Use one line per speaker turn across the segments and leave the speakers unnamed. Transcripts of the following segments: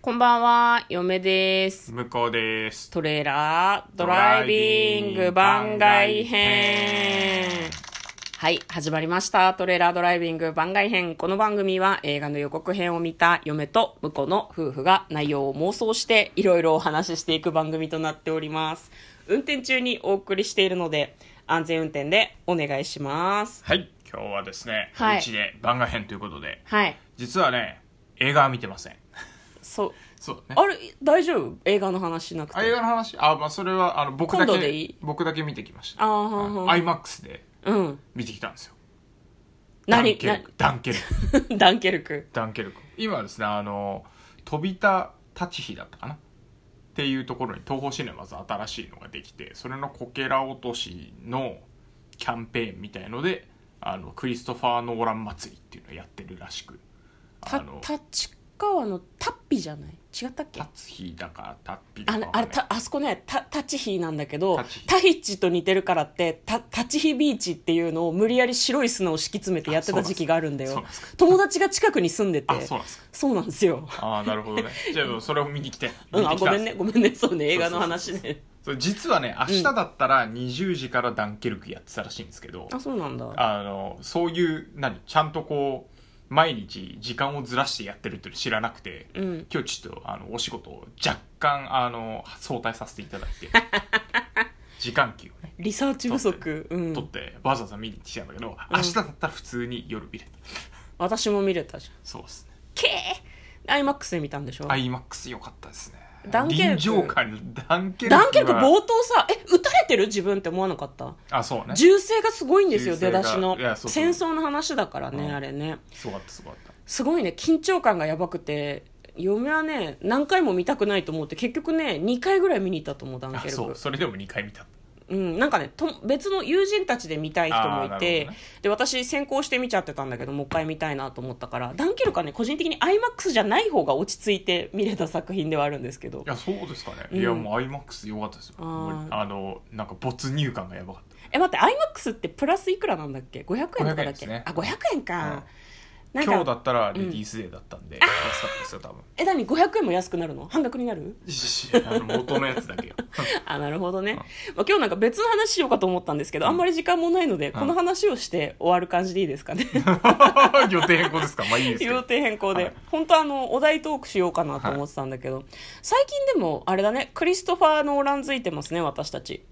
こんばんは、嫁です。
向こうです。
トレーラードライビング番外編。はい、始まりました。トレーラードライビング番外編。この番組は映画の予告編を見た嫁と婿の夫婦が内容を妄想していろいろお話ししていく番組となっております。運転中にお送りしているので、安全運転でお願いします。
はい、今日はですね、
はいう
ちで番外編ということで、
はい。
実はね、映画は見てません。
そう。
そうね。
あれ、大丈夫映画の話しなくて。
あ映画の話あ、まあ、それは、あの、僕だ
今度でい
け
い、
僕だけ見てきました。
あーはんはん
アイマックスで
うん。
見てきたんですよ。
何、
ダンケルク。ダンケルク。
な ダンケルク。
ダンケルク。今はですね、あの、飛びた立ち日だったかなっていうところに東宝シネマズ新しいのができて、それのこけら落としのキャンペーンみたいので、あの、クリストファー・ノーラン祭りっていうのをやってるらしく。
た
あの、
立川のタッピじゃない違ったっけ
立つ日だか、タッピだ
あ
か
の
わか
あ
ん
れ
ない
たあそこねた立ち日なんだけど
立ち日
タヒチと似てるからってた立ち日ビーチっていうのを無理やり白い砂を敷き詰めてやってた時期があるんだ
あそう
よ
なんですか
友達が近くに住んでて
あ、そうなんですか。
そうなんですよ
ああ、なるほど ね。じゃあ、それを見に来て。
う
見
ん、あ
に来
ご
た
め
です
んねごめんねそうね映画の話
そうそう
ね
そう実はね、明日だったら20時からダンケルクやってたらしいんですけど、
あそうなんだ
あの、そういう、何、ちゃんとこう、毎日時間をずらしてやってるって知らなくて、
うん
今日ちょっと、あの、お仕事を若干、あの、早退させていただい て、時間給をね、
リサーチ不足う
取っ
ん
て、わざわざ見に来たんだけど、明日だったら普通に夜見れた。
私も見れたじゃん
そうですね。
けえ IMAX で見たんでしょ
IMAX 良かったですね。
ダンケルク
臨場感、ダンケルクは。
ダンケルク冒頭さえ撃たれてる自分って思わなかった
あ、そうね。
銃声がすごいんですよ
銃声
出
が
だしの
いやそうそう
戦争の話だからね、
うん
あれね
すごかった、すごかった。
すごいね緊張感がやばくて嫁はね何回も見たくないと思って結局ね2回ぐらい見に行ったと思うダン
あ
ケル
そ
ク
うそれでも2回見た
うん、なんかねと別の友人たちで見たい人もいて、
あーなるほどね
で私先行して見ちゃってたんだけどもう一回見たいなと思ったからダンケルクはね個人的に IMAX じゃない方が落ち着いて見れた作品ではあるんですけど
いやそうですかね、
うん
いやもう iMAX 良かったですよ
あー
もうあのなんか没入感がやばかっ
え待って IMAX ってプラスいくらなんだっけ500円とかだ
500
っ
円で
け、
すね
あ500円か,、
た
なんか
今日だったらレディースデーだったんで、安かったですよ多分
え何500円も安くなるの半額になる
いやあの元のやつだけよ
あなるほどね、まあ、今日なんか別の話しようかと思ったんですけど、あんまり時間もないので、この話をして終わる感じ でいいですかね
予定変更ですかまあいいですけ
予
ど
定変更で、
はい
本当はあのお題トークしようかなと思ってたんだけど、最近でもあれだねクリストファー・ノーラン付いてますね私たち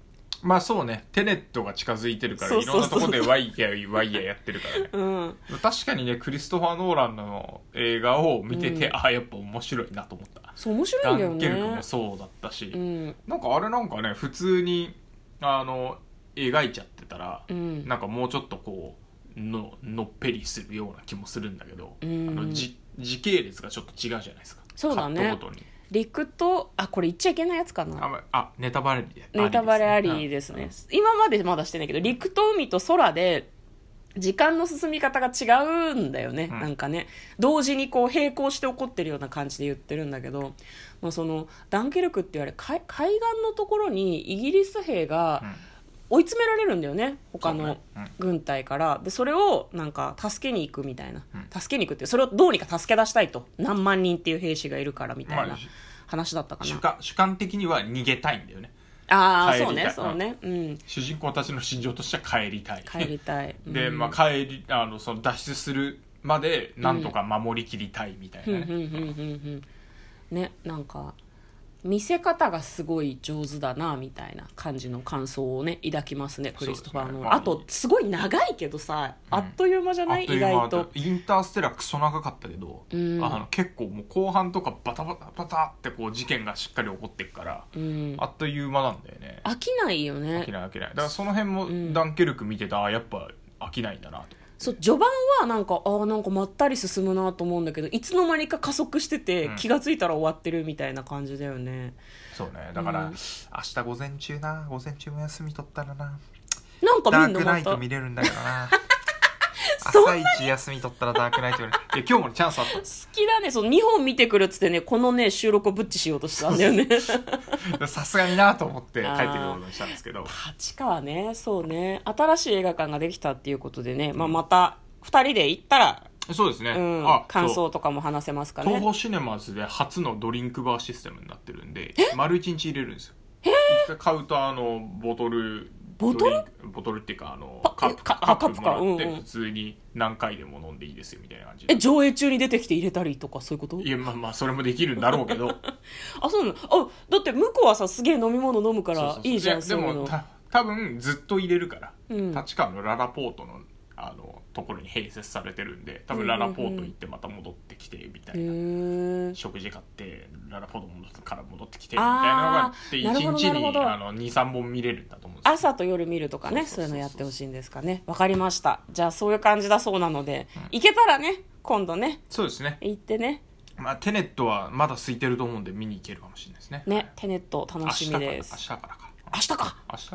まあそうねテネットが近づいてるから
そうそうそう
いろんなとこでワイヤーワイヤーやってるからね
うん
確かにねクリストファー・ノーランの映画を見てて、ああやっぱ面白いなと思った
そう面白
ダ
いんだよ
ンケルク
ね
もそうだったし、
うん
なんかあれなんかね普通にあの描いちゃってたら、
うん
なんかもうちょっとこうののっぺりするような気もするんだけど、
うん
あのじ時系列がちょっと違うじゃないですか
そうだね
カットごとに
陸とあこれ言っちゃいけないやつかな
あまあネタバレで
ネタバレありですね、今までまだしてないけど陸と海と空で時間の進み方が違うんだよね、
うん
なんかね同時にこう並行して起こってるような感じで言ってるんだけど、まあ、そのダンケルクって言われ海海岸のところにイギリス兵が
うん
追い詰められるんだよね他
そう
の
ねうん
軍隊からでそれをなんか助けに行くみたいな、
うん
助けに行くっていうそれをどうにか助け出したいと何万人っていう兵士がいるからみたい
ま
な
あし
話だったか
主
な、
観主観的には逃げたいんだよね
ああー
帰り
そう
た
ね
い
そうねうん
主人公たちの心情としては帰りたい
帰りたい
で、
うん
まあ、帰りあのその脱出するまでなんとか守りきりたいみたい
ふ
なね、
んふんふんふんふんねなんか見せ方がすごい上手だなみたいな感じの感想をね抱きますねクリストファー
そう
の、
ですねまあ
あとすごい長いけどさ、あっという間じゃ
あ
な
っ
い
とい
意
う間
外
だっ
と
たインターステラークソ長かったけど、
うん
あの結構もう後半とかバタバタバタってこう事件がしっかり起こっていくから、
うん
あっという間なんだよね
飽きないよ
飽
ね
きない飽きないだからその辺
ん
もダンケルク見てた、あやっぱ飽きないんだなと
そう序盤はなんかあーなんかまったり進むなと思うんだけどいつの間にか加速してて、
うん
気がついたら終わってるみたいな感じだよね
そうねだから、
うん
明日午前中な午前中も休み取ったらな
なんか
ダ
見ん
ー
の
ク
ま
ナイ
た
ト見れるんだけどな
そん
朝一休み取ったらダークナイト見れるいや今日もねチャンスあったんです
好きだねその2本見てくるっつってねこのね収録をぶっちしようとしてたんだよ ね
さすがになと思って帰ってくることにしたんですけど
立川ねそうね新しい映画館ができたっていうことでね、まあ、また2人で行ったら
そうですね、
うん
あ、
感
そう
想とかも話せますか
東
ね
宝シネマズで初のドリンクバーシステムになってるんで丸一日入れるんですよ一回買うとあのボトル
ボトル
ドリンクボトルっていうかあの
パ
カップ
えかあカップか
もらって
うんうん
普通に何回でも飲んでいいですよみたいな感じで
え上映中に出てきて入れたりとかそういうこと
いやまあまあそれもできるんだろうけど
あそうなのあだって向こうはさすげえ飲み物飲むか
そうそう
ら
そう
いいじゃん
や
そういう
でも
の
た多分ずっと入れるから、
うん
立川のララポートのあのところに併設されてるんで多分ララポート行ってまた戻ってきてみたいな、
へえ
食事買ってララポート戻ってから戻ってきてみたいなのがあって
あー
1日
なるほどなるほ
に
ど
あの23本見れるんだと思うんですよ
朝と夜見るとかね
そ
そう
そうそ
う
うそう
いうのやってほしいんですかねわかりましたじゃあそういう感じだそうなので、行けたらね今度ね
そうですね、
行ってね
まあ、テネットはまだ空いてると思うんで見に行けるかもしれないですね
ねテネット
はい
楽しみで
明
す
日からか
明日か
明日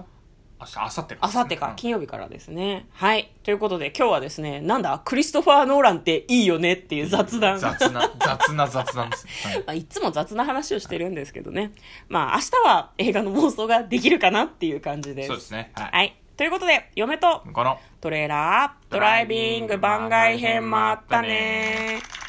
明日明後日から
明後日か、金曜日からですね。はい。ということで、今日はですね、なんだ、クリストファー・ノーランっていいよねっていう雑談。
雑な雑な雑談ですね、は
ま
い
あ、いつも雑な話をしてるんですけどね。まあ、明日は映画の妄想ができるかなっていう感じ です。
そうですねはい、
はい。ということで、嫁と
この
トレーラー、ドライビング番外編もあったねー。